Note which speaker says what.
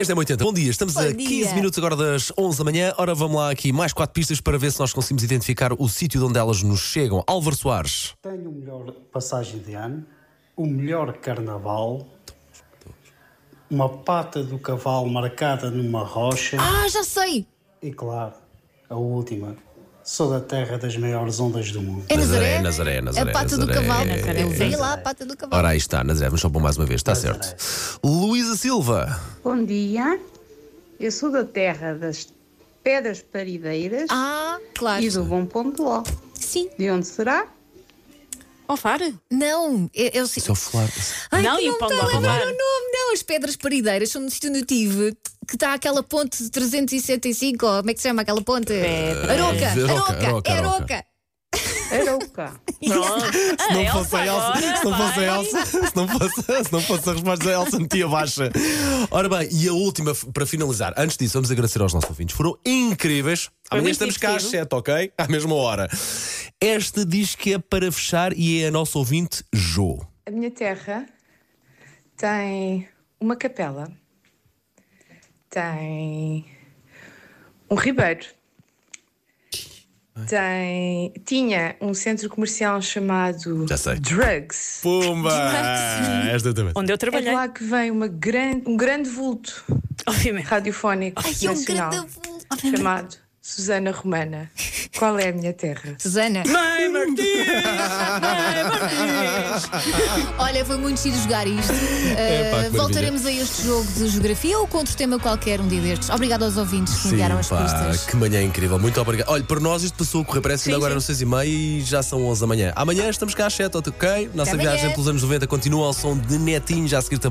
Speaker 1: Este é 80. Bom dia, estamos a
Speaker 2: Bom dia.
Speaker 1: 15 minutos agora das 11 da manhã. Ora, vamos lá aqui, mais quatro pistas para ver se nós conseguimos identificar o sítio de onde elas nos chegam. Álvaro Soares.
Speaker 3: Tenho o melhor passagem de ano, o melhor carnaval, uma pata do cavalo marcada numa rocha
Speaker 2: Ah, já sei!
Speaker 3: e, claro, a última. Sou da terra das maiores ondas do mundo.
Speaker 2: É
Speaker 1: Nazaré,
Speaker 2: Nazaré.
Speaker 1: Nazaré, Nazaré,
Speaker 2: A pata do
Speaker 1: Nazaré.
Speaker 4: É,
Speaker 2: cavalo.
Speaker 1: Nazaré.
Speaker 2: Eu vi lá a pata do cavalo.
Speaker 1: Ora, aí está, Nazaré, vamos só pôr mais uma vez, está certo. Luísa Silva.
Speaker 5: Bom dia, eu sou da terra das pedras parideiras
Speaker 2: Ah, claro.
Speaker 5: e do Bom Ponteló.
Speaker 2: Sim.
Speaker 5: De onde será?
Speaker 4: Alfar?
Speaker 2: Não, eu, eu sei.
Speaker 1: Isso é o falar.
Speaker 2: Ai,
Speaker 4: Não,
Speaker 2: que
Speaker 4: e o
Speaker 2: não
Speaker 4: Paulo
Speaker 2: estou a lembrar
Speaker 4: Alvar?
Speaker 2: o nome, não. As Pedras Parideiras são no sítio onde eu tive, que está aquela ponte de 375, ou como é que se chama aquela ponte?
Speaker 4: Pedras.
Speaker 2: Aroca,
Speaker 1: Aroca,
Speaker 2: Aroca,
Speaker 1: Aroca,
Speaker 2: Aroca.
Speaker 1: Aroca.
Speaker 5: Arouca.
Speaker 1: Se não fosse a
Speaker 4: Ah, É, agora
Speaker 1: Elsa, se não fosse a
Speaker 4: vai.
Speaker 1: Elsa, se não fosse, se não fosse a resposta da Elsa, metia baixa. Ora bem, e a última f- para finalizar. Antes disso, vamos agradecer aos nossos ouvintes. Foram incríveis. Amanhã
Speaker 4: muito
Speaker 1: estamos cá às
Speaker 4: divertido.
Speaker 1: 7, ok? À mesma hora. Esta diz que é para fechar e é a nossa ouvinte Jo.
Speaker 6: A minha terra tem uma capela, tem um ribeiro, tem, tinha um centro comercial chamado
Speaker 1: Já sei.
Speaker 6: Drugs.
Speaker 1: Pumba! Esta também.
Speaker 4: Onde eu
Speaker 6: É de
Speaker 4: trabalhei,
Speaker 6: lá que vem uma gran- um grande vulto
Speaker 4: obviamente.
Speaker 6: radiofónico
Speaker 2: Ai, é um
Speaker 6: nacional
Speaker 2: grande avô.
Speaker 6: chamado Susana Romana. Qual é a minha terra?
Speaker 2: Susana.
Speaker 4: Mãe
Speaker 2: é
Speaker 4: Martins!
Speaker 2: Olha, foi muito giro jogar isto.
Speaker 1: É, pá, que
Speaker 2: Uh, voltaremos a este jogo de geografia ou com outro tema qualquer um dia destes. Obrigado aos ouvintes que enviaram as
Speaker 1: pá,
Speaker 2: pistas.
Speaker 1: que manhã incrível. Muito obrigado. Olha, para nós isto passou a correr. Parece que ainda
Speaker 4: Sim,
Speaker 1: agora
Speaker 4: sim.
Speaker 1: eram 6 e meia e já são 11 da manhã. Amanhã estamos cá às 7, ok? Nossa
Speaker 2: Até amanhã.
Speaker 1: viagem pelos anos 90 continua ao som de Netinho, já a seguir também.